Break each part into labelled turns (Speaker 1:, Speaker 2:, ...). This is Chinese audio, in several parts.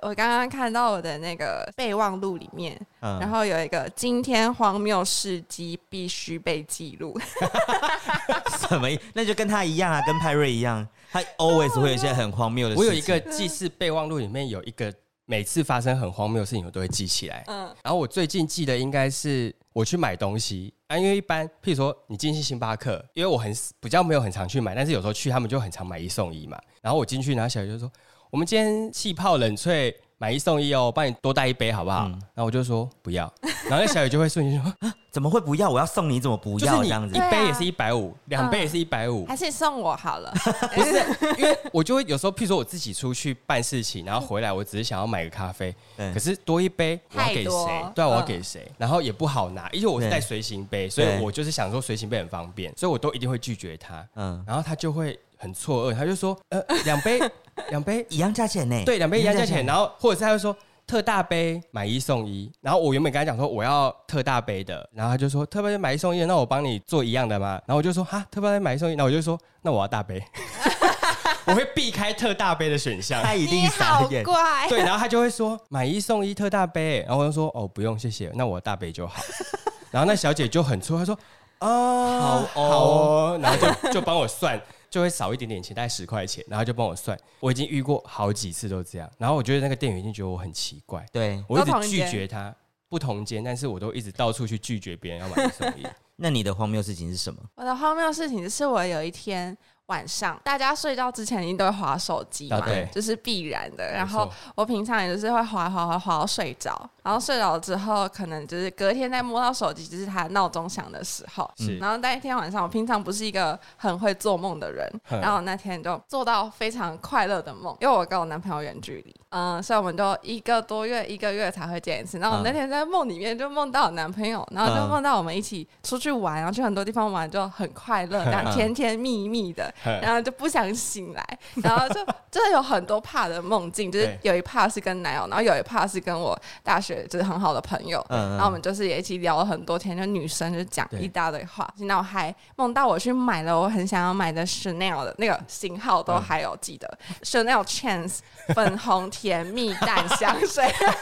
Speaker 1: 我刚刚看到我的那个备忘录里面，
Speaker 2: 嗯，
Speaker 1: 然后有一个今天荒谬事迹必须被记
Speaker 2: 哦
Speaker 1: 录，
Speaker 2: 什么意？那就跟他一样啊，跟派瑞一样，他 always
Speaker 1: 啊
Speaker 2: 会有一些很荒谬的事情。
Speaker 3: 我有一个记事备忘录，里面有一个每次发生很荒谬的事情，我都会记起来。
Speaker 1: 嗯，
Speaker 3: 然后我最近记得应该是我去买东西啊，因为一般譬如说你进去星巴克，因为我很比较没有很常去买，但是有时候去他们就很常买一送一嘛。然后我进去，然后小姐就说：“我们今天气泡冷萃买一送一哦，帮你多带一杯好不好？”
Speaker 2: 嗯
Speaker 3: 然后我就说不要，然后那小姐就会瞬间说
Speaker 2: 怎么会不要？我要送你，怎么 不：“
Speaker 3: 就是
Speaker 2: 要这
Speaker 3: 你
Speaker 2: 样子
Speaker 3: 一？
Speaker 1: 对
Speaker 3: 杯
Speaker 1: 啊
Speaker 3: 也是一百五，两杯也是一百五。”
Speaker 1: 还是送我好了。
Speaker 3: 不是，因为我就会有时候，譬如说我自己出去办事情，然后回来，我只是想要买个咖啡，
Speaker 2: 对
Speaker 3: 可是多一杯，我要
Speaker 1: 太
Speaker 3: 给
Speaker 1: 多
Speaker 3: 谁？对啊，
Speaker 1: 嗯
Speaker 3: 我要给谁？然后也不好拿，因为我是带随行杯，所以
Speaker 2: 对
Speaker 3: 我就是想说随行杯很方便，所以我都一定会拒绝他。
Speaker 2: 嗯，
Speaker 3: 然后他就会很错愕，他就说：“呃，两杯，两杯，
Speaker 2: 一样价钱呢？
Speaker 3: 对，两杯一样价钱。”然后或者是他就说。特大杯买一送一，然后我原本跟他讲说我要特大杯的，然后他就说特大杯买一送一，那我帮你做一样的吗？然后我就说哈，特大杯买一送一，那我就说那我要大杯， 我会避开特大杯的选 项。
Speaker 2: 他一定
Speaker 1: 你
Speaker 2: 傻
Speaker 1: 好
Speaker 2: 眼。
Speaker 1: 怪，
Speaker 3: 对，然后他就会说买一送一特大杯，然后我就说哦不用谢谢，那我大杯就好。 然后那小姐就很粗，她说
Speaker 2: 哦，
Speaker 3: 好哦，然后就就帮我 算，就会少一点点钱，大概十块钱，然后就帮我算。我已经遇过好几次都这样，然后我觉得那个店员一定觉得我很奇怪，
Speaker 2: 对，
Speaker 3: 我一
Speaker 1: 都同
Speaker 3: 直
Speaker 1: 一
Speaker 3: 拒
Speaker 1: 间
Speaker 3: 绝他。不同间，但是我都一直到处去拒绝别人要买一送一。
Speaker 2: 那你的荒谬事情是什么？
Speaker 1: 我的荒谬事情是我有一天晚上，大家睡觉之前一定都会划手机
Speaker 3: 啊
Speaker 1: 嘛
Speaker 3: 对，
Speaker 1: 这是必然的。 然
Speaker 3: 没
Speaker 1: 后
Speaker 3: 错
Speaker 1: 我平常也就是会划划划划到睡着，然后睡着之后，可能就是隔天再摸到手机，就是它闹钟响的时候。
Speaker 3: 是
Speaker 1: 然后那一天晚上，我平常不是一个很会做梦的人，
Speaker 3: 嗯
Speaker 1: 然后那天就做到非常快乐的梦，因为我跟我男朋友远距离，嗯，所以我们都一个多月、一个月才会见一次。然后我那天在梦里面就梦到我男朋友，然后就
Speaker 2: 嗯
Speaker 1: 梦到我们一起出去玩，然后去很多地方玩，就很快乐，然后甜甜蜜蜜的，
Speaker 3: 嗯
Speaker 1: 然后就不想醒来，然后就真的有很多怕的梦境，就是
Speaker 3: 对
Speaker 1: 有一怕是跟男友，然后有一怕是跟我大学就是很好的朋友，
Speaker 2: 嗯嗯
Speaker 1: 然后我们就是也一起聊了很多天，就女生就讲
Speaker 3: 对
Speaker 1: 一大堆话，然后还梦到我去买了我很想要买的 Chanel 的那个型号都还有记得、Chanel Chance 粉红甜蜜淡香水，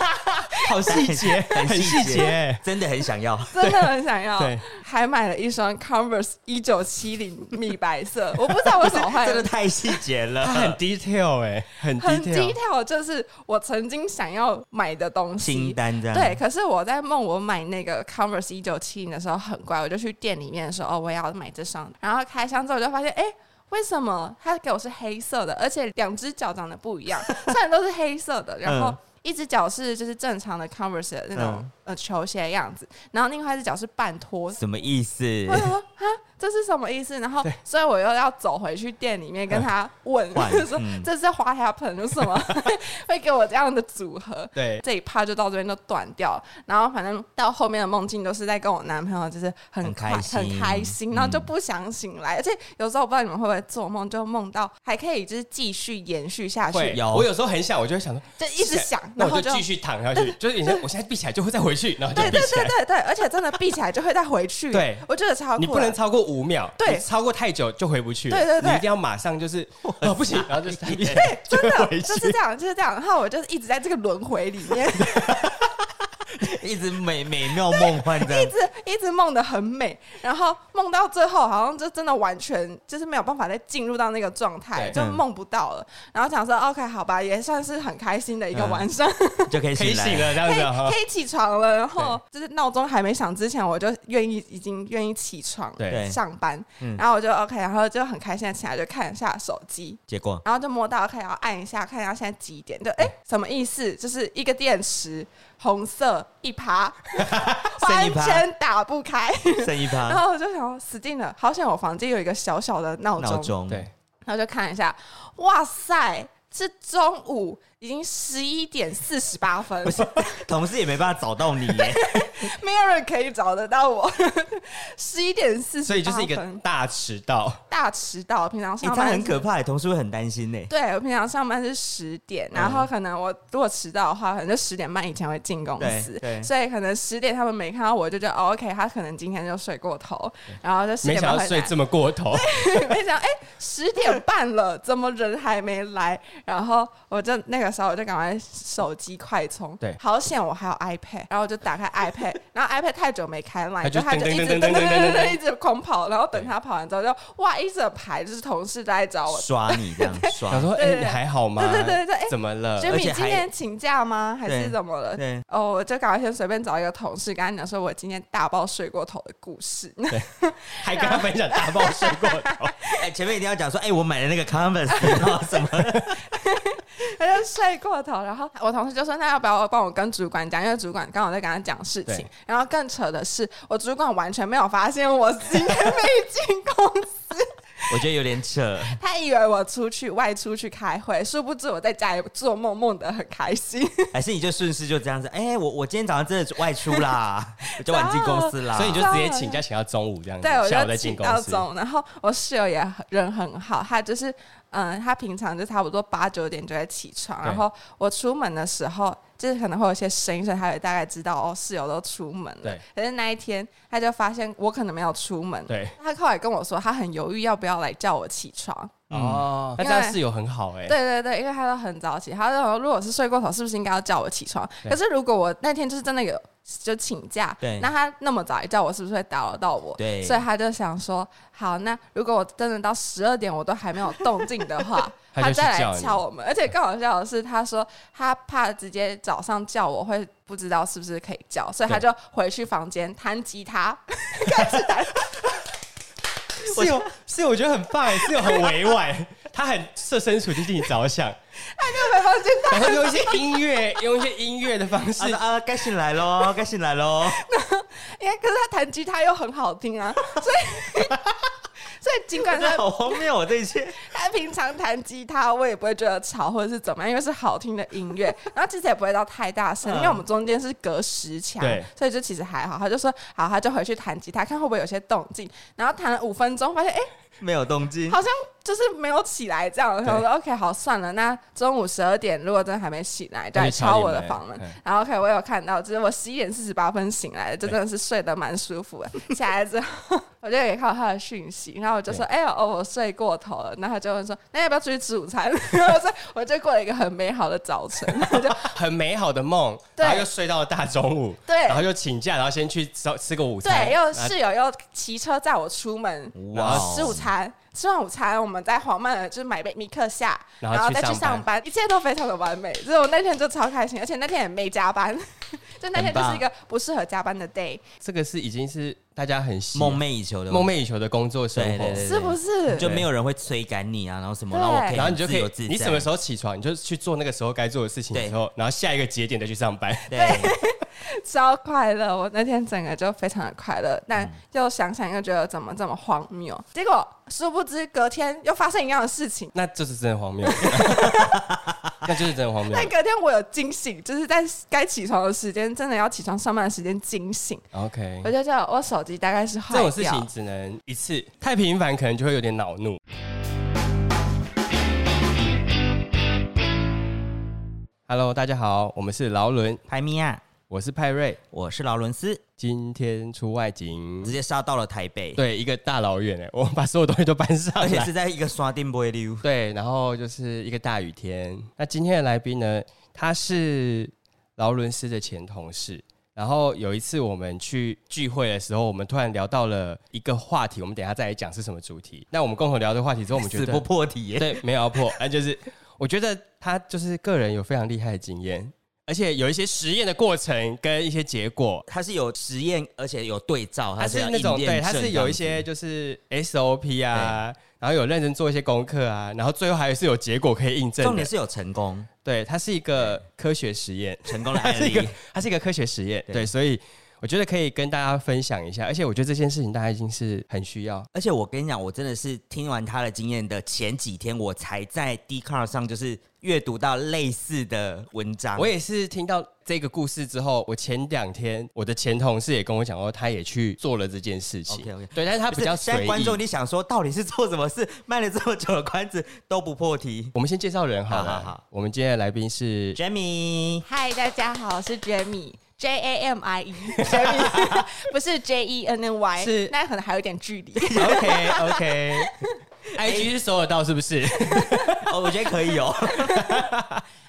Speaker 3: 好细节，
Speaker 2: 很
Speaker 3: 很细
Speaker 2: 细
Speaker 3: 节
Speaker 2: 节。，真的很想要。
Speaker 1: 真的很想要
Speaker 3: 对，
Speaker 1: 还买了一双 Converse 一九七零米白色，我不知道为什么会
Speaker 2: 真的太细节
Speaker 3: 他哎很
Speaker 2: 了，
Speaker 3: detail 哎、很
Speaker 1: 很
Speaker 3: detail。
Speaker 1: detail，就是我曾经想要买的东
Speaker 2: 清
Speaker 1: 西。
Speaker 2: 单这样。
Speaker 1: 对，，可是我在梦我买那个 Converse 一九七零的时候很乖，我就去店里面说哦，我要买这双，然后开箱之后我就发现，哎、为什么它给我是黑色的，而且两只脚长得不一样，虽然都是黑色 的，然后
Speaker 2: 嗯
Speaker 1: 一只脚是就是正常的 Converse 的那种、
Speaker 2: 嗯
Speaker 1: 呃球鞋的样子，然后另外一只脚是半拖
Speaker 2: 什么意思？
Speaker 1: 我
Speaker 3: 哎
Speaker 1: 想说啊，这是什么意思？然后
Speaker 3: 对，哎
Speaker 1: 所以我又要走回去店里面跟他问，
Speaker 2: 换
Speaker 1: 就是 说
Speaker 2: 嗯
Speaker 1: 这是花条盆，就是什么 会给我这样的组合？
Speaker 3: 对，
Speaker 1: 这一趴就到这边就断掉了，然后反正到后面的梦境都是在跟我男朋友就是很
Speaker 2: 很
Speaker 1: 快
Speaker 2: 开心
Speaker 1: 很开心，
Speaker 3: 嗯
Speaker 1: 然后就不想醒来，而且有时候我不知道你们会不会做梦，就梦到还可以就是继续延续下
Speaker 3: 会
Speaker 1: 去，
Speaker 2: 有
Speaker 3: 我有时候很想，我就会想说，
Speaker 1: 就一直想，
Speaker 3: 那
Speaker 1: 然
Speaker 3: 我
Speaker 1: 后
Speaker 3: 就继续躺下去，就是你现在我现在闭起来就会再回去，然后就
Speaker 1: 对
Speaker 3: 闭
Speaker 1: 对
Speaker 3: 起
Speaker 1: 对
Speaker 3: 来。
Speaker 1: 对对，而且真的闭起来就会再回去，
Speaker 3: 对
Speaker 1: 我觉得超酷的，
Speaker 3: 你不能超过五秒，
Speaker 1: 对
Speaker 3: 你超过太久就回不去了。
Speaker 1: 对对对
Speaker 3: 你一定要马上就是 哦不行， 然后就是对
Speaker 1: 对，真的
Speaker 3: 回去
Speaker 1: 就是这样，就是这样。然后我就是一直在这个轮回里面，
Speaker 2: 一直美美妙梦幻 这
Speaker 1: 一
Speaker 2: 样。
Speaker 1: 直一直梦的很美，然后梦到最后好像就真的完全就是没有办法再进入到那个状态，
Speaker 3: 对
Speaker 1: 就
Speaker 2: 嗯
Speaker 1: 梦不到了。然后想说 OK 好吧，也算是很开心的一个
Speaker 2: 嗯
Speaker 1: 晚上，
Speaker 2: 就可以
Speaker 3: 可
Speaker 2: 醒
Speaker 3: 以醒
Speaker 2: 来。
Speaker 3: 了这
Speaker 1: 可
Speaker 3: 样
Speaker 1: 以
Speaker 3: 子哈
Speaker 1: 可。以起床了。然后就是闹钟还没响之前，我就愿意已经愿意起床
Speaker 3: 对
Speaker 1: 上班
Speaker 2: 嗯，
Speaker 1: 然后我就 OK，然后就很开心的起来就看一下手机，
Speaker 2: 结 果
Speaker 1: 然后就摸到 OK，然后按一下，看一下现在几点，就哎、诶什么意思？就是一个电池红色一趴，
Speaker 2: 剩一
Speaker 1: 完
Speaker 2: 趴啊
Speaker 1: 全打不开。
Speaker 2: 剩一
Speaker 1: 然
Speaker 2: 趴
Speaker 1: 后我就想说死定了，好险我房间有一个小小的闹钟，
Speaker 2: 闹钟，
Speaker 3: 对，
Speaker 1: 然后就看一下，哇塞，是中午已经十一点四十八分
Speaker 2: 不，是同事也没办法找到你耶，
Speaker 1: 没有人可以找得到我，十一点四十
Speaker 3: 所以就
Speaker 1: 八
Speaker 3: 是一个
Speaker 1: 分
Speaker 3: 大迟到。
Speaker 1: 大迟到，平常
Speaker 2: 你
Speaker 1: 上
Speaker 2: 这样
Speaker 1: 班
Speaker 2: 欸很可怕耶，同事会很担心欸呢。
Speaker 1: 对我平常上班是十点，然
Speaker 3: 嗯
Speaker 1: 后可能我如果迟到的话，可能就十点半以前会进公司
Speaker 2: 对，对
Speaker 1: 所以可能十点他们没看到我，就觉得哦，OK，他可能今天就睡过头，然后就十
Speaker 3: 没
Speaker 1: 点半
Speaker 3: 想到
Speaker 1: 回
Speaker 3: 睡
Speaker 1: 来。
Speaker 3: 这么过头，
Speaker 1: 没想到哎，十、点半了，怎么人还没来？然后我就那个个时候我就赶快手机快充，
Speaker 3: 对
Speaker 1: 好险我还有 iPad，然后我就打开 iPad，然后 iPad 太久没开
Speaker 3: 它
Speaker 1: Line，
Speaker 3: 就
Speaker 1: 就它就一直
Speaker 3: 噔噔
Speaker 1: 噔噔噔
Speaker 3: 噔噔噔
Speaker 1: 噔
Speaker 3: 噔
Speaker 1: 噔一直狂跑，然后等它跑完之后就哇一整排就是同事都在找我，
Speaker 2: 刷你这样刷
Speaker 3: 想，说，
Speaker 1: 对
Speaker 3: 哎，
Speaker 1: 对
Speaker 3: 你还好吗？
Speaker 1: 对对对对哎
Speaker 3: 怎么了？
Speaker 1: 杰
Speaker 2: 呃而
Speaker 1: 米
Speaker 2: 且
Speaker 1: 今
Speaker 2: 还
Speaker 1: 天请假吗？还
Speaker 2: 对
Speaker 1: 是怎么
Speaker 3: 哎
Speaker 1: 了？
Speaker 2: 对，啊
Speaker 1: 哦，我就赶快先随便找一个同事，跟他讲说我今天大爆睡过头的故事。
Speaker 3: 还跟他分享大爆睡过头，
Speaker 2: 哎，前面一定要讲说，哎，我买的那个 Converse，然 后什么，
Speaker 1: 他就睡过头，然后我同事就说：“那要不要帮我跟主管讲？因为主管刚好在跟他讲事情
Speaker 3: 对。”
Speaker 1: 然后更扯的是，我主管完全没有发现我今天没进公 司，
Speaker 2: 我觉得有点扯。
Speaker 1: 他以为我出去外出去开会，殊不知我在家里做梦，梦得很开心。
Speaker 2: 还是你就顺势就这样子，哎、我我今天早上真的外出 啦，我就晚进公司啦，
Speaker 3: 所以你就直接请假请到中午这样子
Speaker 1: 对，，我
Speaker 3: 下午
Speaker 1: 就
Speaker 3: 再进
Speaker 1: 请
Speaker 3: 公
Speaker 1: 到
Speaker 3: 司。
Speaker 1: 中，然后我室友也很人很好，他就是嗯，他平常就差不多八九点就会起床，
Speaker 3: 对
Speaker 1: 然后我出门的时候，就是可能会有一些声音，所以他也大概知道哦，室友都出门了
Speaker 3: 对。
Speaker 1: 可是那一天，他就发现我可能没有出门，
Speaker 3: 对
Speaker 1: 他后来跟我说，他很犹豫要不要来叫我起床。
Speaker 3: 哦，那这样室友很好哎，
Speaker 1: 对对对，因为他都很早起，他就说如果是睡过头，是不是应该要叫我起床？
Speaker 3: 对，
Speaker 1: 可是如果我那天就是真的有就请假，
Speaker 2: 对
Speaker 1: 那他那么早一叫我，是不是会打扰到我？
Speaker 2: 对
Speaker 1: 所以他就想说，好，那如果我真的到十二点我都还没有动静的话
Speaker 3: 他就去
Speaker 1: 再
Speaker 3: 叫
Speaker 1: 来
Speaker 3: 你
Speaker 1: 敲我们。而且更好笑的是，他说他怕直接早上叫我会。不知道是不是可以叫，所以他
Speaker 3: 对
Speaker 1: 就回去房间弹吉他，
Speaker 3: 室友室友我觉得很棒哎，室友很委婉， 他很设身处地替你着 想，
Speaker 1: 回房间
Speaker 3: 然后用一些音乐，用一些音乐的 方式
Speaker 2: 啊，啊，该醒来喽，该醒来喽，
Speaker 1: 因为可是他弹吉他又很好听啊，所以 所以尽管
Speaker 2: 真
Speaker 1: 他
Speaker 2: 的 好荒谬哦，这一切。
Speaker 1: 他平常弹吉他，我也不会觉得吵或者是怎么样，因为是好听的音乐，然后其实也不会到太大声，
Speaker 2: 嗯
Speaker 1: 因为我们中间是隔十墙
Speaker 3: 对，
Speaker 1: 所以就其实还好。他就说好，他就回去弹吉他，看会不会有些动静，然后弹了五分钟，发现哎、
Speaker 2: 没有动静，
Speaker 1: 好像就是没有起来这样，
Speaker 3: 对
Speaker 1: 然后我说 OK 好算了，那中午十二点如果真的还没醒来，就
Speaker 3: 那
Speaker 1: 来
Speaker 3: 就敲
Speaker 1: 敲
Speaker 3: 你
Speaker 1: 我的
Speaker 3: 门
Speaker 1: 房门
Speaker 3: 嗯。
Speaker 1: 然后 OK 我有看到，就是我十一点四十八分醒来的，就
Speaker 3: 对
Speaker 1: 真的是睡得蛮舒服的。 起来之后我就也看到他的讯息，然后我就说哎呦哦我睡过头了，然后他就问说那要不要出去吃午餐？ 然后我说我就过了一个很美好的早晨， 我就
Speaker 3: 很美好的梦，
Speaker 1: 对
Speaker 3: 然后又睡到了大中午，
Speaker 1: 对
Speaker 3: 然后又请假，然后先去吃吃个午 餐，
Speaker 1: 对，又
Speaker 3: 然后
Speaker 1: 室友又骑车载我出门，
Speaker 2: 哇
Speaker 1: 然
Speaker 2: 哦
Speaker 1: 后吃午餐。吃完午餐，我们在黄曼尔就是买杯米克夏，
Speaker 3: 然
Speaker 1: 然
Speaker 3: 后
Speaker 1: 后
Speaker 3: 去
Speaker 1: 再去
Speaker 3: 上
Speaker 1: 上班，一切都非常的完美。所以我那天就超开心，而且那天也没加班， 就那天就是一个不适合加班的 day，
Speaker 3: 这个是已经是大家很喜
Speaker 2: 梦寐以求的
Speaker 3: 梦寐以求的工作生
Speaker 2: 对
Speaker 3: 活
Speaker 2: 对。对
Speaker 1: 是不是？
Speaker 2: 就没有人会催赶你啊，然后什么，
Speaker 1: 对
Speaker 2: 然后我可以，
Speaker 3: 然后你就可
Speaker 2: 自
Speaker 3: 以
Speaker 2: 由自，在。
Speaker 3: 你什么时候起床，你就去做那个时候该做的事情
Speaker 2: 对
Speaker 3: 之后，然后下一个节点再去上班。
Speaker 2: 对，
Speaker 1: 超快乐，我那天整个就非常的快乐，但又想想又觉得怎么这么荒谬。结果殊不知隔天又发生一样的事情。
Speaker 3: 那就是真的荒谬，那就是真的荒谬
Speaker 1: 但。隔天我有惊醒，就是在该起床的时间，真的要起床上班的时间惊醒，
Speaker 3: OK，
Speaker 1: 我就觉得我手机大概是坏
Speaker 3: 嗯这
Speaker 1: 掉。
Speaker 3: 种事情只能一次，太频繁可能就会有点恼怒。Hello，大家好，我们是劳伦，
Speaker 2: 排咪啊，
Speaker 3: 我是派瑞，
Speaker 2: 我是劳伦斯，
Speaker 3: 今天出外景
Speaker 2: 直，接杀到了台北，
Speaker 3: 对，一个大老远 哎，我把所有东西都搬上
Speaker 2: 而且
Speaker 3: 来
Speaker 2: 是，在一个刷定不会溜，
Speaker 3: 对，然后就是一个大雨天。那今天的来宾呢，他是劳伦斯的前同事。然后有一次我们去聚会的时候，我们突然聊到了一个话题，我们等一下再来讲是什么主题。那我们共同聊这个话题之后，我们觉
Speaker 2: 死不
Speaker 3: 得
Speaker 2: 破题耶。
Speaker 3: 对没有要破，那就是我觉得他就是个人有非常厉害的经验，而且有一些实验的过程跟一些结果，
Speaker 2: 它是有实验，而且有对照，
Speaker 3: 它
Speaker 2: 它
Speaker 3: 是
Speaker 2: 要
Speaker 3: 那种
Speaker 2: 啊应验
Speaker 3: 对，它
Speaker 2: 证
Speaker 3: 是
Speaker 2: 这样
Speaker 3: 有一
Speaker 2: 子
Speaker 3: 些就是 SOP 啊，然后有认真做一些功课啊，然后最后还是有结果可以印证的。
Speaker 2: 重点是有成功，
Speaker 3: 对，它是一个科学实 验，
Speaker 2: 成功的
Speaker 3: 它
Speaker 2: 案
Speaker 3: 是一
Speaker 2: 例
Speaker 3: 个。它是一个科学实验，
Speaker 2: 对
Speaker 3: 对，所以我觉得可以跟大家分享一下，而且我觉得这件事情大家已经是很需要，
Speaker 2: 而且我跟你讲，我真的是听完他的经验的前几天，我才在 d c a r 上就是阅读到类似的文章。
Speaker 3: 我也是听到这个故事之后，我前两天我的前同事也跟我讲过，他也去做了这件事情。
Speaker 2: OK，OK
Speaker 3: 对，但是他
Speaker 2: 不
Speaker 3: 比
Speaker 2: 是
Speaker 3: 较
Speaker 2: 现
Speaker 3: 随
Speaker 2: 在
Speaker 3: 意。
Speaker 2: 观众，你想说到底是做什么事？卖了这么久的关子都不破题。
Speaker 3: 我们先介绍人好了。
Speaker 2: 好好好
Speaker 3: 我们今天的来宾是
Speaker 2: Jamie，
Speaker 1: 嗨，大家好，我是 Jamie。J A M I E，Jamie 不是 J E N N Y，
Speaker 3: 是
Speaker 1: 那可能还有点距离。
Speaker 3: OK OK， IG 是搜得到是不是？
Speaker 2: 哦，我觉得可以哦。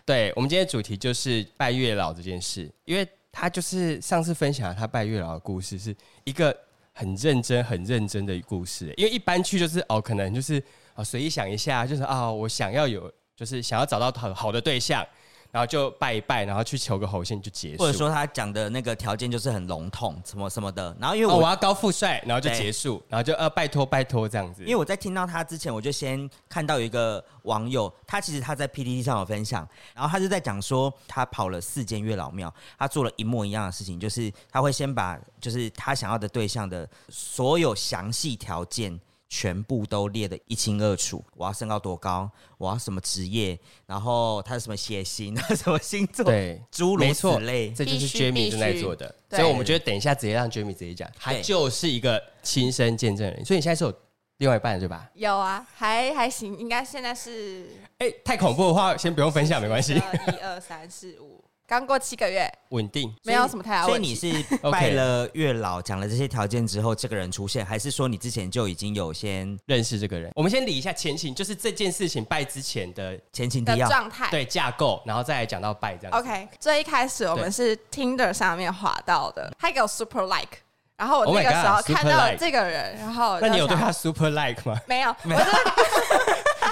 Speaker 3: 对，我们今天的主题就是拜月老这件事，因为他就是上次分享他拜月老的故事，是一个很认真、很认真的故事。因为一般去就是哦，可能就是哦随意想一下，就是啊、我想要有，就是想要找到好好的对象，然后就拜一拜，然后去求个猴线就结束。
Speaker 2: 或者说他讲的那个条件就是很笼统，什么什么的。然后因为
Speaker 3: 哦，
Speaker 2: 我、
Speaker 3: 我要高富帅，然后就结束，然后就呃拜托拜托这样子。
Speaker 2: 因为我在听到他之前，我就先看到有一个网友，他其实他在 PPT 上有分享，然后他就在讲说，他跑了四间月老庙，他做了一模一样的事情，就是他会先把就是他想要的对象的所有详细条件。全部都列得一清二楚，我要身高多高，我要什么职业，然后他是什么血型， 他什么星座，
Speaker 3: 对，
Speaker 2: 诸如
Speaker 3: 没
Speaker 2: 此
Speaker 3: 错
Speaker 2: 类。
Speaker 3: 这就是
Speaker 1: 必须
Speaker 3: Jamie
Speaker 1: 必须
Speaker 3: 正在做的，
Speaker 1: 对
Speaker 3: 所以我们觉得等一下直接让 Jamie 直接讲，他
Speaker 2: 对
Speaker 3: 就是一个亲身见证人。所以你现在是有另外一半的对吧？
Speaker 1: 有啊，还还行，应该现在是
Speaker 3: 哎，太恐怖的话先不用分享，没关系，
Speaker 1: 呃一二三四五，刚过七个月，
Speaker 3: 稳定。
Speaker 1: 没有什么太大
Speaker 2: 所以
Speaker 1: 问
Speaker 2: 你
Speaker 1: 题。
Speaker 2: 是
Speaker 3: OK
Speaker 2: 拜了月老，讲了这些条件之后，这个人出现，还是说你之前就已经有先
Speaker 3: 认识这个人，我们先理一下前情，就是这件事情拜之前的
Speaker 2: 前情
Speaker 1: 的
Speaker 2: 提要？
Speaker 1: 状态。
Speaker 3: 对架构，然后再来讲到拜这样子。
Speaker 1: OK，最一开始我们是 Tinder 上面滑到的，他给我 super like，然后我
Speaker 3: Oh my
Speaker 1: 那个时候
Speaker 3: God，super
Speaker 1: 看到
Speaker 3: like
Speaker 1: 这个人，然后我
Speaker 3: 那你
Speaker 1: 就
Speaker 3: 有对
Speaker 1: 想
Speaker 3: 他 super like 吗？
Speaker 1: 没有？
Speaker 2: 没
Speaker 1: 我就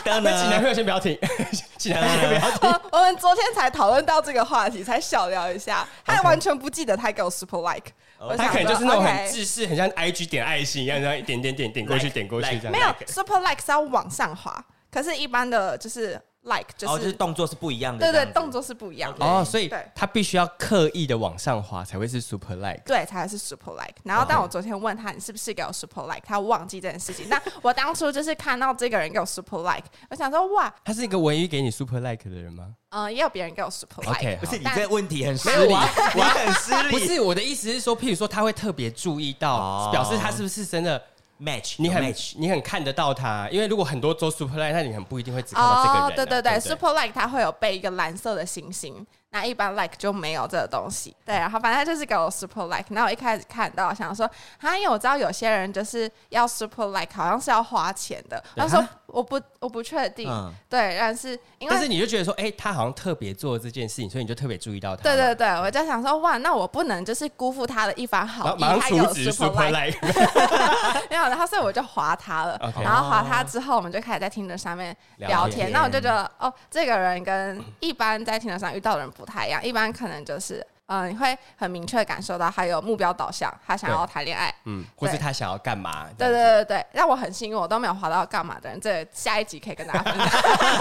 Speaker 2: 的
Speaker 3: 那请男朋友先不要停，请男朋友先不要停。
Speaker 1: 我我们昨天才讨论到这个话题，才小聊一下，他完全不记得他给我 super like，我
Speaker 3: 他
Speaker 1: 想
Speaker 3: 可能
Speaker 1: 说
Speaker 3: 就是那种很
Speaker 1: OK
Speaker 3: 自私，很像 IG 点爱心一样，然后一点点点点过去，
Speaker 2: Like，
Speaker 3: 点过去
Speaker 2: like
Speaker 3: 这样。
Speaker 1: 没有
Speaker 3: like
Speaker 1: super like 是要往上滑，可是一般的就是 like 就
Speaker 2: 哦，
Speaker 1: 是
Speaker 2: 就是动作是不一样的，
Speaker 1: 对
Speaker 2: 这
Speaker 1: 对
Speaker 2: 样，子
Speaker 1: 动作是不一样的。
Speaker 3: 哦，所以
Speaker 1: 对
Speaker 3: 他必须要刻意的往上滑才会是 super like。
Speaker 1: 对，才是 super like。然后，但我昨天问他你是不是给我 super like，他忘记这件事情。那我当初就是看到这个人给我 super like，我想说哇，
Speaker 3: 他是一个唯一给你 super like 的人吗？
Speaker 1: 嗯，也有别人给我 super like。
Speaker 3: OK，
Speaker 2: 不是你
Speaker 1: 但
Speaker 2: 这问题很失
Speaker 1: 没有啊我
Speaker 2: 礼，
Speaker 1: 要
Speaker 2: 你很失
Speaker 3: 不
Speaker 2: 礼。
Speaker 3: 是我的意思是说，譬如说他会特别注意到，
Speaker 2: 哦
Speaker 3: 表示他是不是真的
Speaker 2: match，
Speaker 3: 你
Speaker 2: 有
Speaker 3: 很
Speaker 2: match，
Speaker 3: 你很看得到他，因为如果很多做 super like，那你很不一定会只看到这个人
Speaker 1: 哦，
Speaker 3: 啊、
Speaker 1: 对
Speaker 3: 对
Speaker 1: 对
Speaker 3: 不
Speaker 1: 对，Super Like 它会有备一个蓝色的星星，那一般 Like 就没有这个东西。对，然后反正它就是给我 Super Like，那我一开始看到想说，啊，因为我知道有些人就是要 Super Like，好像是要花钱的。他说我不我不确定，
Speaker 2: 嗯
Speaker 1: 对，但是因为
Speaker 3: 啊但是你就觉得说，哎、他好像特别做这件事情，所以你就特别注意到他。
Speaker 1: 对对对，我就想说，哇，那我不能就是辜负他的一番
Speaker 3: 然
Speaker 1: 好
Speaker 3: 后
Speaker 1: 意，
Speaker 3: 马上
Speaker 1: 他有
Speaker 3: 阻止
Speaker 1: Super
Speaker 3: super
Speaker 1: Like，
Speaker 3: like，
Speaker 1: 没有，然后所以我就划他了
Speaker 3: OK
Speaker 1: 然后划他之后，我们就开始在听的上面聊
Speaker 3: 聊
Speaker 1: 天。
Speaker 3: 天
Speaker 1: 那我就觉得，哦，这个人跟一般在听的上遇到的人不太一样，一般可能就是。嗯，你会很明确地感受到他有目标导向，他想要谈恋爱。
Speaker 3: 嗯，或是他想要干嘛？
Speaker 1: 对
Speaker 3: 这
Speaker 1: 对
Speaker 3: 样
Speaker 1: 对对
Speaker 3: 子
Speaker 1: 对，让我很幸运，我都没有滑到干嘛的人。这下一集可以跟大家分享。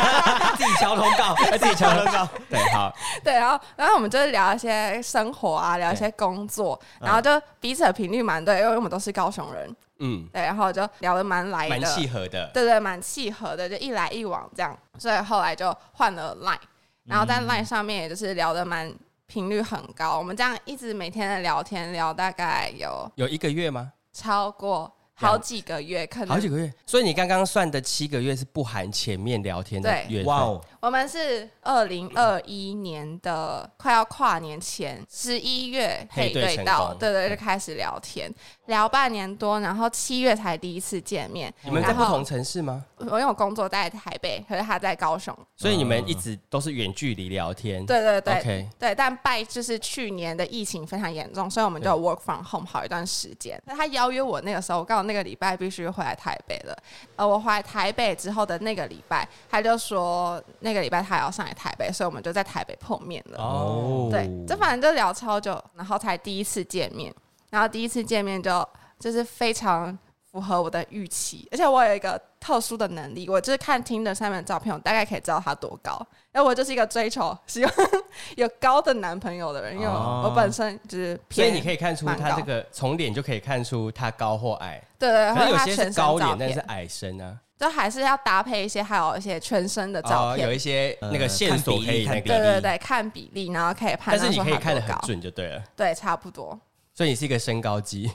Speaker 2: 自己敲通 告，自己敲通告。
Speaker 3: 对，好，
Speaker 1: 对，然后然后我们就聊一些生活啊，聊一些工作，然后就彼此的频率蛮对，因为我们都是高雄人，
Speaker 3: 嗯，
Speaker 1: 对，然后就聊得蛮来的，
Speaker 3: 蛮契合的。
Speaker 1: 对对，蛮契合的，就一来一往这样。所以后来就换了 Line，然后在
Speaker 3: 嗯
Speaker 1: Line 上面也就是聊的蛮频率很高，我们这样一直每天的聊天聊大概有
Speaker 3: 有一个月吗？
Speaker 1: 超过好几个月，可
Speaker 3: 好
Speaker 1: 能
Speaker 3: 几个月，所以你刚刚算的七个月是不含前面聊天的
Speaker 1: 对
Speaker 3: 月份。
Speaker 2: 哇哦，
Speaker 1: 我们是二零二一年的快要跨年前十一月
Speaker 3: 配
Speaker 1: 配
Speaker 3: 对
Speaker 1: 对
Speaker 3: 成
Speaker 1: 到，
Speaker 3: 功
Speaker 1: 对对，就开始聊天，聊半年多，然后七月才第一次见面。
Speaker 3: 你们在
Speaker 1: 然
Speaker 3: 不
Speaker 1: 后
Speaker 3: 同城市吗？
Speaker 1: 我因为我工作在台北，可是他在高雄，
Speaker 3: 所以你们一直都是远距离聊天。
Speaker 1: 对对对
Speaker 3: OK
Speaker 1: 对，但拜就是去年的疫情非常严重，所以我们就 work from home 好一段时间。那他邀约我那个时候，我刚好那个礼拜必须回来台北了。呃，我回来台北之后的那个礼拜，他就说那个礼拜他要上来台北，所以我们就在台北碰面了。
Speaker 3: 哦，
Speaker 1: 对， 这反正就聊超久，然后才第一次见面，然后第一次见面就就是非常符合我的预期，而且我有一个特殊的能力，我就是看听的上面的照片，我大概可以知道他多高，因为我就是一个追求希望
Speaker 3: 哦
Speaker 1: 有高的男朋友的人，因为我,、
Speaker 2: 哦
Speaker 1: 我本身就是
Speaker 3: 所
Speaker 1: 偏，
Speaker 3: 以你可以看出
Speaker 1: 蛮
Speaker 3: 他
Speaker 1: 高
Speaker 3: 这个从脸就可以看出他高或矮，
Speaker 1: 对对，
Speaker 3: 可
Speaker 1: 或
Speaker 3: 能
Speaker 1: 者
Speaker 3: 有
Speaker 1: 他
Speaker 3: 些
Speaker 1: 全身
Speaker 3: 是高
Speaker 1: 照
Speaker 3: 脸，但是
Speaker 1: 片，
Speaker 3: 矮身啊，
Speaker 1: 就还是要搭配一些，还有一些全身的照
Speaker 3: 哦，
Speaker 1: 片，
Speaker 3: 有一些那个
Speaker 2: 呃
Speaker 3: 线索
Speaker 2: 看比
Speaker 3: 可
Speaker 2: 例
Speaker 3: 以那
Speaker 2: 看比
Speaker 1: 对
Speaker 2: 例
Speaker 3: 个，
Speaker 1: 对对，看比例，然后可以判
Speaker 3: 但是
Speaker 1: 断
Speaker 3: 你
Speaker 1: 说
Speaker 3: 可以
Speaker 1: 他
Speaker 3: 看得
Speaker 1: 多
Speaker 3: 很
Speaker 1: 高，
Speaker 3: 准就对了。
Speaker 1: 对，差不 多。
Speaker 3: 所以你是一个身高肌，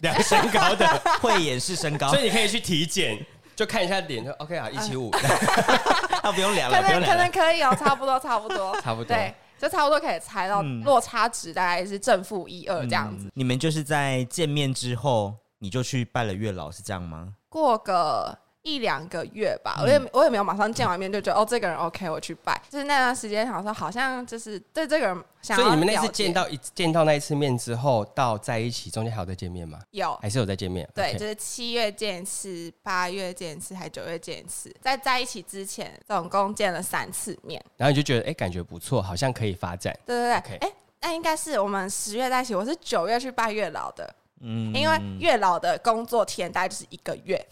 Speaker 3: 量身高的，
Speaker 2: 慧眼是身高
Speaker 3: 所，以你可以去体检，就看一下脸，就 OK 啊，一 七五，
Speaker 2: 他不用量
Speaker 1: 可
Speaker 2: 了，不用
Speaker 1: 能可
Speaker 2: 量
Speaker 1: 能
Speaker 2: 了。
Speaker 1: 可以哦，差不多 差不多
Speaker 3: 差不多嗯
Speaker 1: 对，就差不多可以猜到落差值大概是正负一二这样子。
Speaker 2: 嗯你们就是在见面之后，你就去拜了月老，是这样吗？
Speaker 1: 过个一两个月吧，我也
Speaker 3: 嗯
Speaker 1: 我也没有马上见完面就觉得、哦，这个人 OK，我去拜。就是那段时间想说，好像就是对这个人想
Speaker 3: 所
Speaker 1: 要
Speaker 3: 以你们那次
Speaker 1: 了解
Speaker 3: 见到一见到那一次面之后，到在一起中间还有再见面吗？
Speaker 1: 有
Speaker 3: 还是有再见面？
Speaker 1: 哦对
Speaker 3: OK
Speaker 1: 就是七月见一次，八月见一次，还九月见一次。在在一起之前，总共见了三次面。
Speaker 3: 然后你就觉得哎、感觉不错，好像可以发展。
Speaker 1: 对对
Speaker 3: OK
Speaker 1: 对，哎、那应该是我们十月在一起，我是九月去拜月老的，
Speaker 2: 嗯
Speaker 1: 因为月老的工作天大概就是一个月。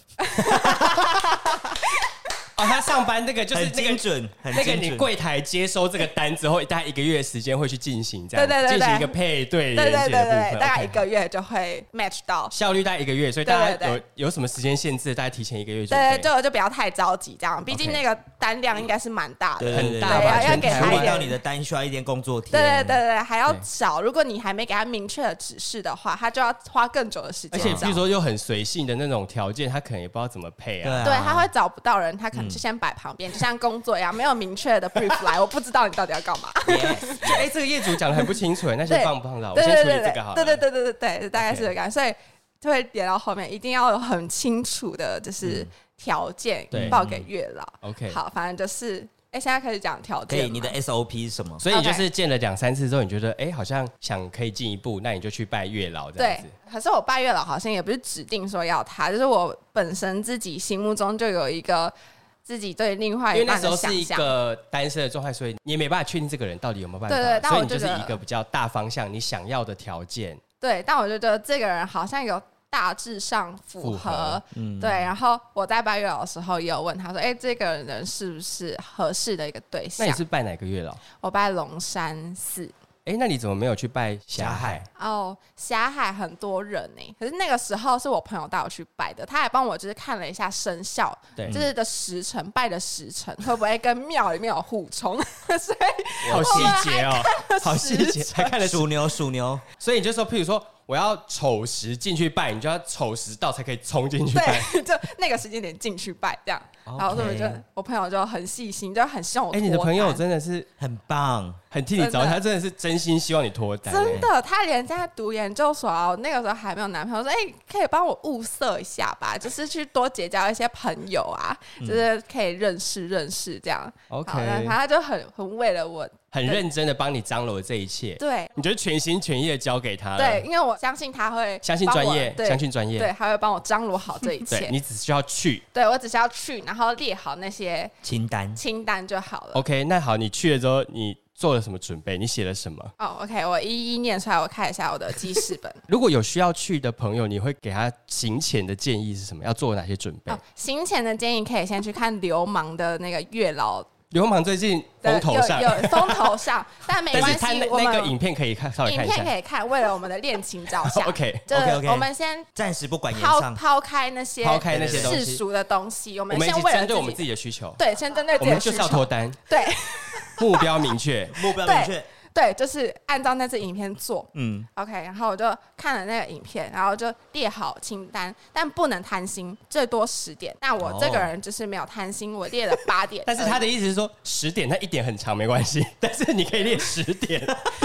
Speaker 3: 哦，他上班那个就是
Speaker 2: 很
Speaker 3: 那
Speaker 2: 精
Speaker 3: 个。
Speaker 2: 准，很
Speaker 3: 那个
Speaker 2: 精
Speaker 3: 你
Speaker 2: 准
Speaker 3: 柜台接收这个单之后，大概一个月时间会去进行这样，
Speaker 1: 对对对对
Speaker 3: 进行一个配对
Speaker 1: 对对
Speaker 3: 连
Speaker 1: 对
Speaker 3: 接的
Speaker 1: 对
Speaker 3: 部分
Speaker 1: 对，大概
Speaker 3: OK，
Speaker 1: 一个月就会 match 到。
Speaker 3: 效率大概一个月，所以大
Speaker 1: 对
Speaker 3: 家
Speaker 1: 对
Speaker 3: 有
Speaker 1: 对
Speaker 3: 有什么时间限制？大家提前一个月准
Speaker 1: 对
Speaker 3: 备
Speaker 1: 对，就就不要太着急，这样，毕竟
Speaker 3: OK
Speaker 1: 那个单量应该是蛮大的。
Speaker 2: 对
Speaker 3: 很大
Speaker 1: 对
Speaker 3: 吧，
Speaker 1: 要
Speaker 3: 全
Speaker 1: 要给
Speaker 3: 台
Speaker 1: 他
Speaker 2: 处
Speaker 1: 一
Speaker 2: 理
Speaker 3: 湾
Speaker 1: 点
Speaker 2: 到你的单需要一点工作天，
Speaker 1: 对对对对，还要
Speaker 3: 对
Speaker 1: 找。如果你还没给他明确的指示的话，他就要花更久的时
Speaker 3: 而
Speaker 1: 间。
Speaker 3: 且
Speaker 1: 找。
Speaker 3: 比如说又很随性的那种条件，他可能也不知道怎么配
Speaker 2: 对
Speaker 3: 啊。
Speaker 2: 啊，
Speaker 1: 对，他会找不到人，他可能就先摆旁边，就像工作一样，没有明确的 brief 来，我不知道你到底要干嘛。
Speaker 3: 就哎、这个业主讲的很不清楚，那先
Speaker 1: 对
Speaker 3: 放不放到，我
Speaker 1: 对
Speaker 3: 先
Speaker 1: 对
Speaker 3: 处
Speaker 1: 对
Speaker 3: 理
Speaker 1: 对
Speaker 3: 这个好了。
Speaker 1: 对对对对对对，大概是这个感觉，所以就会点到后面，一定要有很清楚的，就是条件
Speaker 3: 对
Speaker 1: 报给月老。
Speaker 3: OK
Speaker 1: 好，反正就是，哎，现在开始讲条
Speaker 2: 可
Speaker 1: 件
Speaker 2: 以，
Speaker 1: 嘛，
Speaker 2: 你的 SOP 是什么？
Speaker 3: 所以你就是见了两三次之后，你觉得哎、好像想可以进一步，那你就去拜月老这样
Speaker 1: 对
Speaker 3: 子。，
Speaker 1: 可是我拜月老好像也不是指定说要他，就是我本身自己心目中就有一个自己对另外
Speaker 3: 因为
Speaker 1: 一
Speaker 3: 那
Speaker 1: 半
Speaker 3: 时候
Speaker 1: 的
Speaker 3: 是
Speaker 1: 想
Speaker 3: 一
Speaker 1: 象。
Speaker 3: 个单身的状态，所以你也没办法确定这个人到底有没有办法。
Speaker 1: 对对但
Speaker 3: 所以
Speaker 1: 我
Speaker 3: 你就是
Speaker 1: 觉得
Speaker 3: 一个比较大方向，你想要的条件。
Speaker 1: 对，但我就觉得这个人好像有大致上符合。
Speaker 3: 符合
Speaker 2: 嗯
Speaker 1: 对，然后我在拜月老的时候也有问他说：“哎、这个人是不是合适的一个对
Speaker 3: 那
Speaker 1: 象
Speaker 3: 你是拜哪个月老？？”
Speaker 1: 我拜龙山寺。
Speaker 3: 哎、那你怎么没有去拜霞海？
Speaker 1: 哦，霞海很多人呢、可是那个时候是我朋友带我去拜的，他还帮我就是看了一下生肖，
Speaker 3: 对
Speaker 1: 就是的时辰拜的时辰会不会跟庙里面有互冲， 所以
Speaker 3: 好细节哦，好细节，
Speaker 1: 时辰
Speaker 3: 还看得出。
Speaker 2: 属牛，属牛，
Speaker 3: 所以你就说，譬如说我要丑时进去拜，你就要丑时到才可以冲进去拜。
Speaker 1: 对，就那个时间点进去拜这样。然后所以我就
Speaker 2: OK
Speaker 1: 我朋友就很细心，就很希望我
Speaker 3: 哎、
Speaker 1: 脱单。
Speaker 3: 你的朋友真的是
Speaker 2: 很棒。
Speaker 3: 很替你着
Speaker 1: 真
Speaker 3: 想，
Speaker 1: 的
Speaker 3: 他真的是真心希望你脱单、
Speaker 1: 真
Speaker 3: 哎
Speaker 1: 的，他连在读研究所啊，我那个时候还没有男朋友，说哎、可以帮我物色一下吧，就是去多结交一些朋友啊，就是可以认识认识这样。
Speaker 3: 嗯 OK
Speaker 1: 好那他就很很为了我，
Speaker 3: 很认真的帮你张罗这一切，
Speaker 1: 对
Speaker 3: 你就是全心全意的交给他了。
Speaker 1: 对，因为我相信他会
Speaker 3: 相信
Speaker 1: 帮
Speaker 3: 专
Speaker 1: 我
Speaker 3: 业，
Speaker 1: 对
Speaker 3: 相信专业，
Speaker 1: 对，他会帮我张罗好这一
Speaker 3: 对
Speaker 1: 切。
Speaker 3: 你只需要去。
Speaker 1: 对我只是要去，然后列好那些
Speaker 2: 清单，
Speaker 1: 清单就好了。
Speaker 3: OK，那好，你去了之后，你做了什么准备？你写了什么？
Speaker 1: 哦、o k 我一一念出来，我看一下我的记事 本。
Speaker 3: 如果有需要去的朋友，你会给他行前的建议是什么？要做哪些准备？
Speaker 1: 哦，行前的建议可以先去看流氓的那个月老
Speaker 3: 流氓最近
Speaker 1: 的
Speaker 3: 风头上，
Speaker 1: 有有风头上，但没
Speaker 3: 但
Speaker 1: 关
Speaker 3: 是他
Speaker 1: 系
Speaker 3: 那，
Speaker 1: 我
Speaker 3: 那个
Speaker 1: 们
Speaker 3: 影片可以看稍微
Speaker 1: 影
Speaker 3: 看一
Speaker 1: 片
Speaker 3: 下。
Speaker 1: 可以看，为了我们的恋情着想
Speaker 3: OK，
Speaker 1: 就是
Speaker 2: OK，OK
Speaker 1: 我们先
Speaker 2: 暂时不管言
Speaker 1: 抛
Speaker 2: 上，
Speaker 1: 抛开那些
Speaker 3: 抛开那
Speaker 2: 对对
Speaker 3: 些东
Speaker 1: 世
Speaker 3: 西，
Speaker 1: 俗的东西，我
Speaker 3: 我
Speaker 1: 们
Speaker 3: 们一
Speaker 1: 先
Speaker 3: 起
Speaker 1: 为
Speaker 3: 针
Speaker 1: 了
Speaker 3: 对我们
Speaker 1: 自
Speaker 3: 自
Speaker 1: 己
Speaker 3: 己的需求，
Speaker 1: 对，先针对
Speaker 3: 我
Speaker 1: 自己
Speaker 3: 们
Speaker 1: 的
Speaker 3: 就是
Speaker 1: 需
Speaker 3: 要
Speaker 1: 求，
Speaker 3: 脱单，
Speaker 1: 对
Speaker 3: 目标明确。
Speaker 2: 目标明确。
Speaker 1: 对，就是按照那支影片做。
Speaker 2: 嗯，
Speaker 1: OK，然后我就看了那个影片，然后就列好清单，但不能贪心，最多十点。但我这个人就是没有贪心，我列了八点而
Speaker 3: 但
Speaker 1: 已。
Speaker 3: 是他的意思 是说，十点那一点很长没关系，但是你可以列十 点，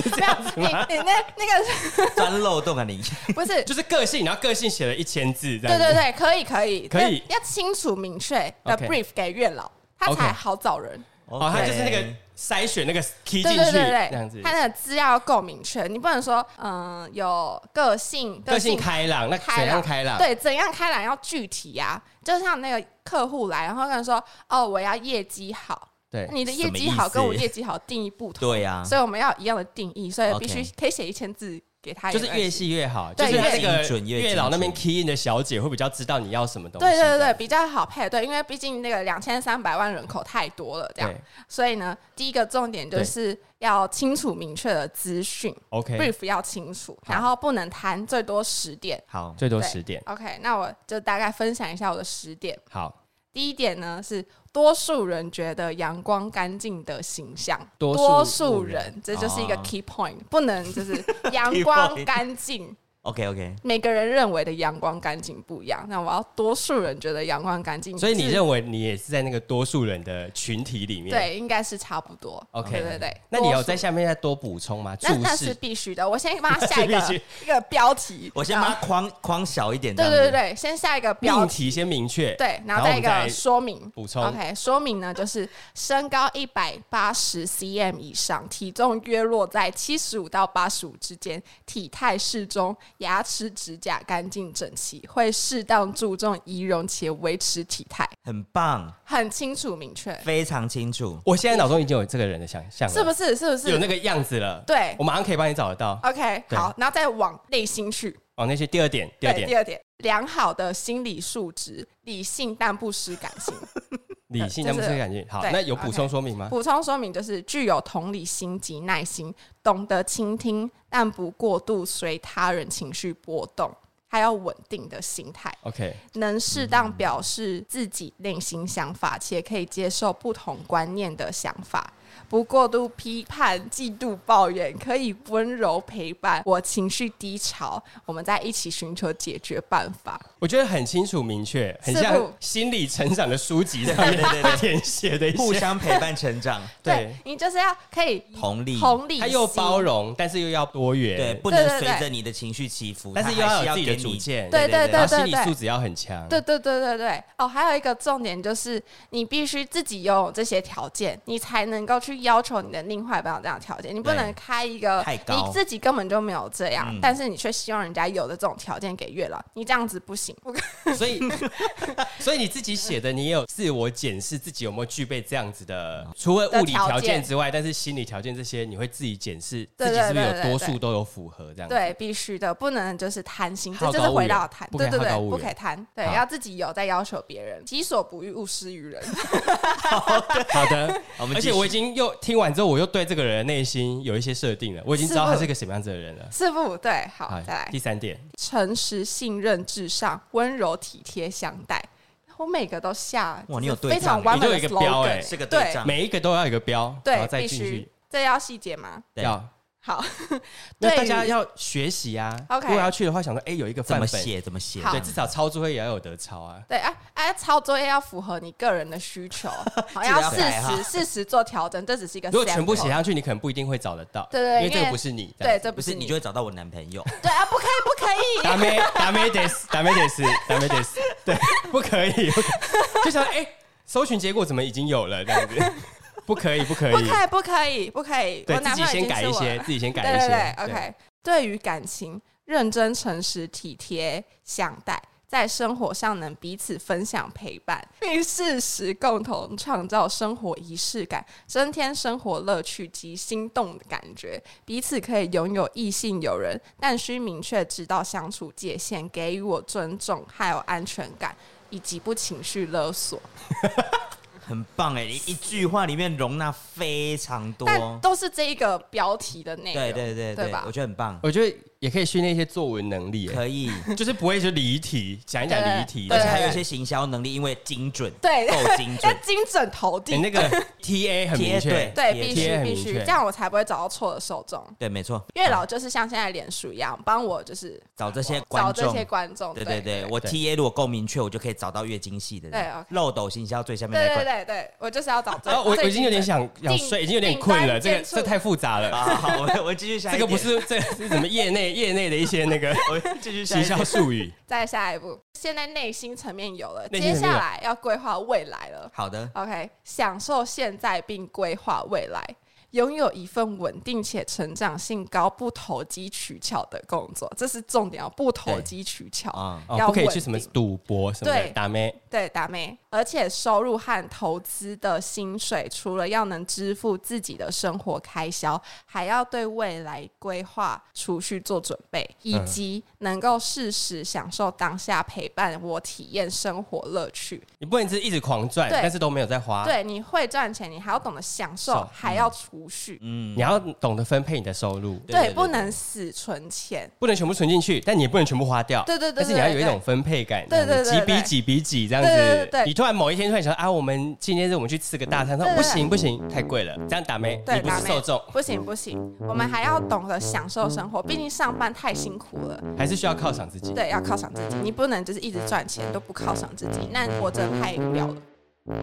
Speaker 3: 是这样子
Speaker 1: 你
Speaker 3: 吗？
Speaker 1: 哎你那那个
Speaker 2: 钻漏洞啊 你！
Speaker 1: 是不是
Speaker 3: 就是个性，然后个性写了一千字这
Speaker 1: 对
Speaker 3: 样
Speaker 1: 对
Speaker 3: 子。
Speaker 1: 对，可以可以
Speaker 3: 可以
Speaker 1: 要要清楚明确的
Speaker 3: OK
Speaker 1: brief 给月老，他
Speaker 3: OK
Speaker 1: 才好找人。
Speaker 3: 哦，他就是那个
Speaker 2: OK
Speaker 3: 筛选那个 key 进
Speaker 1: 对对
Speaker 3: 去
Speaker 1: 对
Speaker 3: 这样子
Speaker 1: 对，。他的资料要够明确，你不能说嗯、有个性
Speaker 3: 个性开朗，那怎样开朗？
Speaker 1: 对怎样开朗要具体呀、就像那个客户来，然后跟他说哦我要业绩好，
Speaker 3: 对
Speaker 1: 你的业绩
Speaker 2: 什么意
Speaker 1: 好
Speaker 2: 思
Speaker 1: 跟我业绩好定义不同，啊
Speaker 2: 对
Speaker 3: 啊
Speaker 2: 呀，
Speaker 1: 所以我们要有一样的定义，所以必须
Speaker 2: OK
Speaker 1: 可以写一千字给他，
Speaker 3: 就是越。细越好，就
Speaker 1: 对
Speaker 3: 是他那个
Speaker 2: 越精准越
Speaker 3: 月老那边
Speaker 2: 精
Speaker 3: key in 的小姐会比较知道你要什么东西。
Speaker 1: 对对对对，比较好配对，因为毕竟那个两千三百万人口太多了，这样
Speaker 3: 对，
Speaker 1: 所以呢，第一个重点就是要清楚明确的资讯
Speaker 3: OK，
Speaker 1: brief 要清楚，然后不能贪，最多十点。
Speaker 2: 好，
Speaker 3: 最多
Speaker 1: 对
Speaker 3: 十点。
Speaker 1: OK，那我就大概分享一下我的十点。
Speaker 3: 好，
Speaker 1: 第一点呢是多数人觉得阳光干净的形象，
Speaker 3: 多数
Speaker 1: 数人这就是一个
Speaker 2: 哦
Speaker 1: key point，、不能就是阳光
Speaker 2: point
Speaker 1: 干净。
Speaker 2: OK OK，
Speaker 1: 每个人认为的阳光干净不一样，那我要多数人觉得阳光干净，
Speaker 3: 所以你
Speaker 1: 是
Speaker 3: 认为你也是在那个多数人的群体里面？。
Speaker 1: 对，应该是差不多。
Speaker 3: OK
Speaker 1: 对对对。
Speaker 3: 那你有
Speaker 1: 多数
Speaker 3: 在？下面再多补充吗？注
Speaker 1: 那那是
Speaker 3: 释
Speaker 1: 必须的。我先帮他下一
Speaker 3: 那
Speaker 1: 个
Speaker 3: 是必
Speaker 1: 一个标题，
Speaker 2: 我先
Speaker 1: 然
Speaker 2: 把
Speaker 1: 后
Speaker 2: 它框框小一点。
Speaker 1: 对
Speaker 2: 这样
Speaker 1: 对
Speaker 2: 子，
Speaker 1: 对，先下一个标
Speaker 3: 命
Speaker 1: 题，
Speaker 3: 题先明确，
Speaker 1: 对，然后
Speaker 3: 我
Speaker 1: 再
Speaker 3: 们
Speaker 1: 一个说明。
Speaker 3: 补充。
Speaker 1: OK，说明呢就是身高一百八十 cm 以上，体重约落在七十五到八十五之间，体态适中，牙齿指甲干净整齐，会适当注重仪容且维持体态，
Speaker 2: 很棒，
Speaker 1: 很清楚明确，
Speaker 2: 非常清楚。
Speaker 3: 我现在脑中已经有这个人的想象了，
Speaker 1: 是不是？是不是？
Speaker 3: 有那个样子了？
Speaker 1: 对呃
Speaker 3: 我马上可以帮你找得到。
Speaker 1: OK，
Speaker 3: 对
Speaker 1: 好，然后再往内心去。
Speaker 3: 哦，那些第二点，第二
Speaker 1: 对，第
Speaker 3: 点，
Speaker 1: 二点，良好的心理素质，理性但不失感性。
Speaker 3: 理性
Speaker 1: 呃就
Speaker 3: 他
Speaker 1: 是
Speaker 3: 们这个感觉。好，
Speaker 1: 对
Speaker 3: 那有补充说明吗？
Speaker 1: 补充说明就是具有同理心及耐
Speaker 3: 啊
Speaker 1: 心，懂得倾听，但不过度随他人情绪波动，还有稳定的心态，
Speaker 3: OK，
Speaker 1: 能适当表示自己内心想法，且可以接受不同观念的想法。不过度批判、嫉妒、抱怨，可以温柔陪伴我情绪低潮，我们在一起寻求解决办法。
Speaker 3: 我觉得很清楚明确，很
Speaker 1: 是
Speaker 3: 像
Speaker 1: 不
Speaker 3: 心理成长的书籍上
Speaker 2: 对
Speaker 3: 面
Speaker 2: 对
Speaker 3: 会
Speaker 2: 对
Speaker 3: 填写的一
Speaker 2: 互
Speaker 3: 些。
Speaker 2: 相陪伴成 长，
Speaker 3: 对，
Speaker 1: 你就是要可以
Speaker 2: 同理，
Speaker 1: 同理心，
Speaker 3: 它又包容，但是又要多元。
Speaker 2: 对，不
Speaker 1: 对
Speaker 2: 能
Speaker 1: 对
Speaker 2: 随
Speaker 1: 对
Speaker 2: 着你的情绪起伏，
Speaker 3: 但是又
Speaker 2: 它还
Speaker 3: 要
Speaker 2: 是
Speaker 3: 有
Speaker 2: 要
Speaker 3: 自己的
Speaker 2: 给你
Speaker 3: 主见
Speaker 1: 对对
Speaker 3: 然后
Speaker 1: 对
Speaker 3: 心理
Speaker 1: 对
Speaker 3: 素质要很强。
Speaker 1: 对对对对对，哦，还有一个重点就是，你必须自己拥有这些条件，你才能够去要求你的另外一半有这样的条件。你不
Speaker 2: 对
Speaker 1: 能开一个
Speaker 2: 太高
Speaker 1: 你自己根本就没有这样，
Speaker 2: 嗯
Speaker 1: 但是你却希望人家有的这种条件给月老，你这样子不行。不可
Speaker 3: 所以， 所以你自己写的，你也有自我检视自己有没有具备这样子的，
Speaker 1: 哦
Speaker 3: 除了物理条件之外，但是心理条件这些，你会自己检视
Speaker 1: 对
Speaker 3: 自己是不
Speaker 1: 对
Speaker 3: 是有
Speaker 1: 对
Speaker 3: 多
Speaker 1: 对
Speaker 3: 数都有符合这样子。
Speaker 1: 对，必须的，不能就是贪心，
Speaker 3: 好
Speaker 1: 这
Speaker 3: 高
Speaker 1: 就是
Speaker 3: 骛
Speaker 1: 回
Speaker 3: 远
Speaker 1: 到贪，
Speaker 3: 不可
Speaker 1: 对
Speaker 3: 以
Speaker 1: 对
Speaker 3: 好
Speaker 1: 对，
Speaker 3: 高骛
Speaker 1: 不可
Speaker 3: 远
Speaker 1: 以贪，对，
Speaker 3: 好
Speaker 1: 要自己有在要求别人，己所不欲，勿施于人。
Speaker 3: 好的，
Speaker 2: 我们
Speaker 3: 而
Speaker 2: 继续
Speaker 3: 且我已经又听完之后，我又对这个人的内心有一些设定了，我已经知道
Speaker 1: 是不
Speaker 3: 他是个什么样子的人了。
Speaker 1: 是不对，好，再来
Speaker 3: 第，三点，
Speaker 1: 诚实、信任至上，温柔体贴相待。我每个都下，
Speaker 2: 哇你有对
Speaker 1: 非常
Speaker 2: 仗
Speaker 1: 完美
Speaker 3: 你
Speaker 1: 的
Speaker 3: 都有一个标哎
Speaker 1: slogan，
Speaker 2: 是个
Speaker 1: 对啊
Speaker 2: 对仗，
Speaker 3: 每一个都要有一个标，然后
Speaker 1: 对，
Speaker 3: 再
Speaker 1: 必
Speaker 3: 进
Speaker 1: 须
Speaker 3: 去。
Speaker 1: 这要细节吗？
Speaker 2: 对
Speaker 3: 要。
Speaker 1: 好，
Speaker 3: 那
Speaker 1: 对
Speaker 3: 大家
Speaker 1: 于
Speaker 3: 要学习啊
Speaker 1: OK
Speaker 3: 如果要去的话，想说，哎，有一个
Speaker 2: 怎
Speaker 3: 范
Speaker 2: 么
Speaker 3: 本，
Speaker 2: 写怎么写，
Speaker 1: 好
Speaker 3: 对，至少抄作业也要有得抄啊。
Speaker 1: 对啊啊，抄作业要符合你个人的需 求，好
Speaker 2: 记得
Speaker 1: 要
Speaker 2: 要
Speaker 1: 适
Speaker 2: 改哈
Speaker 1: 时适时做调整，这只是一个 sample。
Speaker 3: 如果全部写上去，你可能不一定会找得到，
Speaker 1: 对对对
Speaker 3: 因为这
Speaker 1: 因
Speaker 3: 个
Speaker 1: 为
Speaker 3: 不是你，这样
Speaker 1: 对，
Speaker 3: 子
Speaker 1: 这
Speaker 2: 不
Speaker 1: 不
Speaker 2: 是
Speaker 1: 是
Speaker 2: 你
Speaker 1: 你
Speaker 2: 就会找到我 男朋友，
Speaker 1: 对啊，不可以，不可以。
Speaker 3: ダメダメですダメですダメです，对， 不可以，不可以就想哎、搜寻结果怎么已经有了这样子，不可以，不可以，
Speaker 1: 不可以，不可以，不可以。
Speaker 3: 对
Speaker 1: 我
Speaker 3: 自
Speaker 1: 哦男
Speaker 3: 己
Speaker 1: 朋友已
Speaker 3: 先
Speaker 1: 经
Speaker 3: 改
Speaker 1: 是我
Speaker 3: 一些，
Speaker 1: 了
Speaker 3: 自 己先改
Speaker 1: 对
Speaker 3: 一些
Speaker 1: 对对，OK。对于感情，认真、诚实、体贴相待，在生活上能彼此分享陪伴，并适时共同创造生活仪式感，增添生活乐趣及心动的感觉。彼此可以拥有异性友人，但需明确知道相处界限，给予我尊重，还有安全感。以及不情绪勒索，
Speaker 2: 很棒哎，一一句话里面容纳非常多，
Speaker 1: 但都是这一个标题的内容，
Speaker 2: 对对对
Speaker 1: 对吧
Speaker 2: 我觉得很棒，
Speaker 3: 我觉得也可以训练一些作文能力，哎
Speaker 2: 可以，
Speaker 3: 就是不会就离题，讲一讲离题，
Speaker 1: 对
Speaker 2: 而
Speaker 3: 而
Speaker 2: 且
Speaker 3: 且
Speaker 2: 还
Speaker 3: 还
Speaker 2: 有一些行销能力，因为精准，
Speaker 1: 对
Speaker 2: 够精
Speaker 1: 要
Speaker 2: 准，
Speaker 1: 精准投递
Speaker 3: 你。欸那个 T A 很明确
Speaker 2: 贴，
Speaker 1: 对，
Speaker 2: 也
Speaker 1: 必
Speaker 3: 贴
Speaker 1: 须
Speaker 3: 很
Speaker 1: 必
Speaker 3: 明
Speaker 1: 须，
Speaker 3: 确嗯
Speaker 1: 这样我才不会找到错的受众。
Speaker 2: 对，没错，
Speaker 1: 月老就是像现在脸书一样，帮我就是
Speaker 2: 找这些
Speaker 1: 找
Speaker 2: 观
Speaker 1: 这
Speaker 2: 众
Speaker 1: 些。观众。
Speaker 2: 对对
Speaker 1: 对
Speaker 2: 对，
Speaker 1: 对
Speaker 2: 我
Speaker 3: 对
Speaker 2: T A 如果够明确，我就可以找到越精细的人。
Speaker 1: 对，OK
Speaker 2: 漏斗行销最下面那一
Speaker 1: 对
Speaker 2: 块
Speaker 1: 对。对对，我就是要找这。
Speaker 3: 然哦后我
Speaker 1: 最
Speaker 3: 我已经有点
Speaker 1: 精
Speaker 3: 想想睡，已经有点困了，这
Speaker 1: 订
Speaker 3: 个
Speaker 1: 单接
Speaker 3: 这
Speaker 1: 触
Speaker 3: 太复杂了，
Speaker 2: 好好好，我我继续下一
Speaker 3: 这
Speaker 2: 点。
Speaker 3: 个不是这个是什么业内业内的一些 那个
Speaker 2: 我继续下
Speaker 3: 行
Speaker 2: 一点
Speaker 3: 销术语，
Speaker 1: 准再下一步，现在内心层面有了，
Speaker 3: 内
Speaker 1: 接
Speaker 3: 心层面
Speaker 1: 下
Speaker 3: 有
Speaker 1: 来要规划未来了。
Speaker 2: 好的，
Speaker 1: OK，享受现在并规划未来，拥有一份稳定且成长性高、不投机取巧的工作，这是重点哦，不投
Speaker 2: 对
Speaker 1: 机取巧。
Speaker 2: 啊、
Speaker 3: 哦，
Speaker 1: 要
Speaker 3: 不可以
Speaker 1: 稳
Speaker 3: 去什么
Speaker 1: 定
Speaker 3: 赌博什么的，
Speaker 1: 对
Speaker 3: 打咩？
Speaker 1: 对，打妹，而且收入和投资的薪水，除了要能支付自己的生活开销，还要对未来规划、储蓄做准备，以
Speaker 3: 嗯
Speaker 1: 及能够适时享受当下陪伴我体验生活乐趣。
Speaker 3: 你不能是一直狂赚，
Speaker 1: 对
Speaker 3: 但是都没有在花。
Speaker 1: 对，你会赚钱，你还要懂得享受，
Speaker 3: 少
Speaker 1: 还要储储蓄，
Speaker 2: 嗯
Speaker 3: 你要懂得分配你的收入，
Speaker 2: 对对
Speaker 1: 对，
Speaker 2: 对
Speaker 1: 不能死存钱，
Speaker 3: 不能全部存进去，但你也不能全部花掉。
Speaker 1: 对对对
Speaker 3: 但是你要
Speaker 1: 对
Speaker 3: 有一
Speaker 1: 对
Speaker 3: 种分配感，
Speaker 1: 对对对
Speaker 3: 这样子
Speaker 1: 对
Speaker 3: 几比几比几这样
Speaker 1: 对对对
Speaker 3: 子
Speaker 1: 对。
Speaker 3: 你突然某一天突然想说啊，我们今天是我们去吃个大餐，说
Speaker 1: 对对
Speaker 3: 不
Speaker 1: 对
Speaker 3: 行不行，太贵了，这样打没？
Speaker 1: 对
Speaker 3: 你不是
Speaker 1: 打妹
Speaker 3: 受众，
Speaker 1: 不行不行，我们还要懂得享受生活，毕竟上班太辛苦了。
Speaker 3: 还是需要犒赏自己。
Speaker 1: 对，要犒赏自己，你不能就是一直赚钱都不犒赏自己，那活着太无聊了。